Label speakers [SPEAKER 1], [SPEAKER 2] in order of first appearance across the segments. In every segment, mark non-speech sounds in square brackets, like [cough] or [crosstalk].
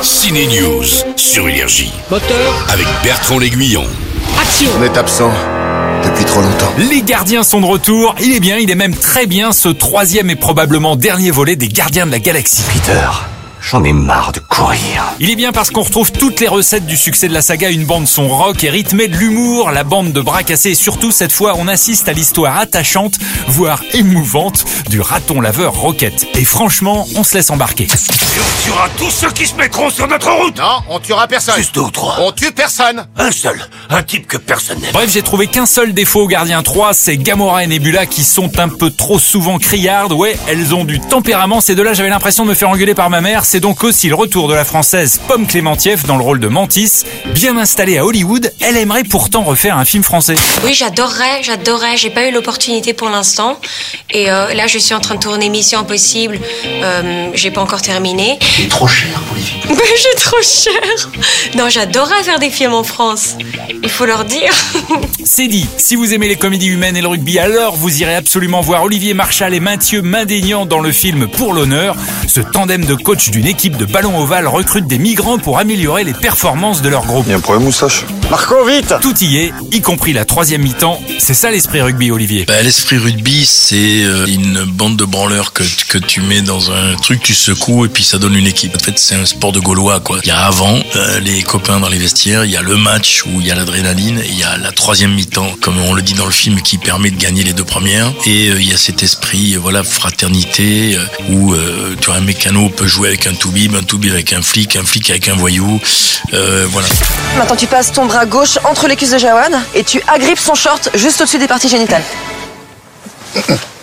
[SPEAKER 1] Ciné News sur Énergie
[SPEAKER 2] Moteur,
[SPEAKER 1] avec Bertrand L'Aiguillon.
[SPEAKER 2] action
[SPEAKER 3] On est absent depuis trop longtemps.
[SPEAKER 4] Les gardiens sont de retour, il est bien, il est même très bien ce troisième et probablement dernier volet des gardiens de la galaxie.
[SPEAKER 5] Peter, j'en ai marre de courir.
[SPEAKER 4] Il est bien parce qu'on retrouve toutes les recettes du succès de la saga, une bande son rock et rythmée de l'humour, la bande de bras cassés et surtout cette fois on assiste à l'histoire attachante, voire émouvante, du raton laveur Rocket. Et franchement, on se laisse embarquer.
[SPEAKER 1] Et on tuera tous ceux qui se mettront sur notre route
[SPEAKER 3] Non, on tuera personne.
[SPEAKER 5] Juste deux ou trois.
[SPEAKER 3] On tue personne.
[SPEAKER 5] Un seul, un type que personne n'aime.
[SPEAKER 4] Bref, j'ai trouvé qu'un seul défaut au Gardien 3, c'est Gamora et Nebula qui sont un peu trop souvent criardes. Ouais, elles ont du tempérament. Ces deux-là, j'avais l'impression de me faire engueuler par ma mère. C'est donc aussi le retour de la française Pomme Clémentief dans le rôle de Mantis. Bien installée à Hollywood, elle aimerait pourtant refaire un film français.
[SPEAKER 6] Oui, j'adorerais, j'adorerais. J'ai pas eu l'opportunité pour l'instant. Et euh, là, je suis en train de tourner Mission Impossible. Euh, j'ai pas encore terminé.
[SPEAKER 5] Il est trop cher pour les films.
[SPEAKER 6] [laughs] Mais j'ai trop cher. Non, j'adorerais faire des films en France. Il faut leur dire. [laughs]
[SPEAKER 4] C'est dit, si vous aimez les comédies humaines et le rugby, alors vous irez absolument voir Olivier Marchal et Mathieu Madénian dans le film Pour l'honneur. Ce tandem de coachs d'une équipe de ballon ovale recrute des migrants pour améliorer les performances de leur groupe.
[SPEAKER 7] Il y a un problème, moustache Marco, vite
[SPEAKER 4] Tout y est, y compris la troisième mi-temps. C'est ça l'esprit rugby, Olivier.
[SPEAKER 8] Bah, L'esprit rugby, c'est euh, une bande de branleurs que, tu- que tu mets dans un truc, tu secoues et puis ça donne une équipe. En fait, c'est un sport de gaulois, quoi. Il y a avant, euh, les copains dans les vestiaires, il y a le match où il y a l'adrénaline, et il y a la troisième mi-temps, comme on le dit dans le film, qui permet de gagner les deux premières. Et euh, il y a cet esprit, euh, voilà, fraternité, euh, où euh, tu vois, un mécano peut jouer avec un toubib, un toubib avec un flic, un flic avec un voyou. Euh, voilà.
[SPEAKER 9] Maintenant, tu passes ton bras gauche entre les cuisses de Jawan et tu agrippes son short juste au-dessus des parties génitales.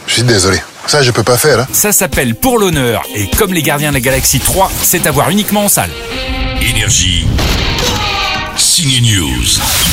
[SPEAKER 3] Je suis désolé. Ça, je peux pas faire. hein.
[SPEAKER 4] Ça s'appelle Pour l'honneur et comme les gardiens de la galaxie 3, c'est à voir uniquement en salle.
[SPEAKER 1] Énergie. Ciné News.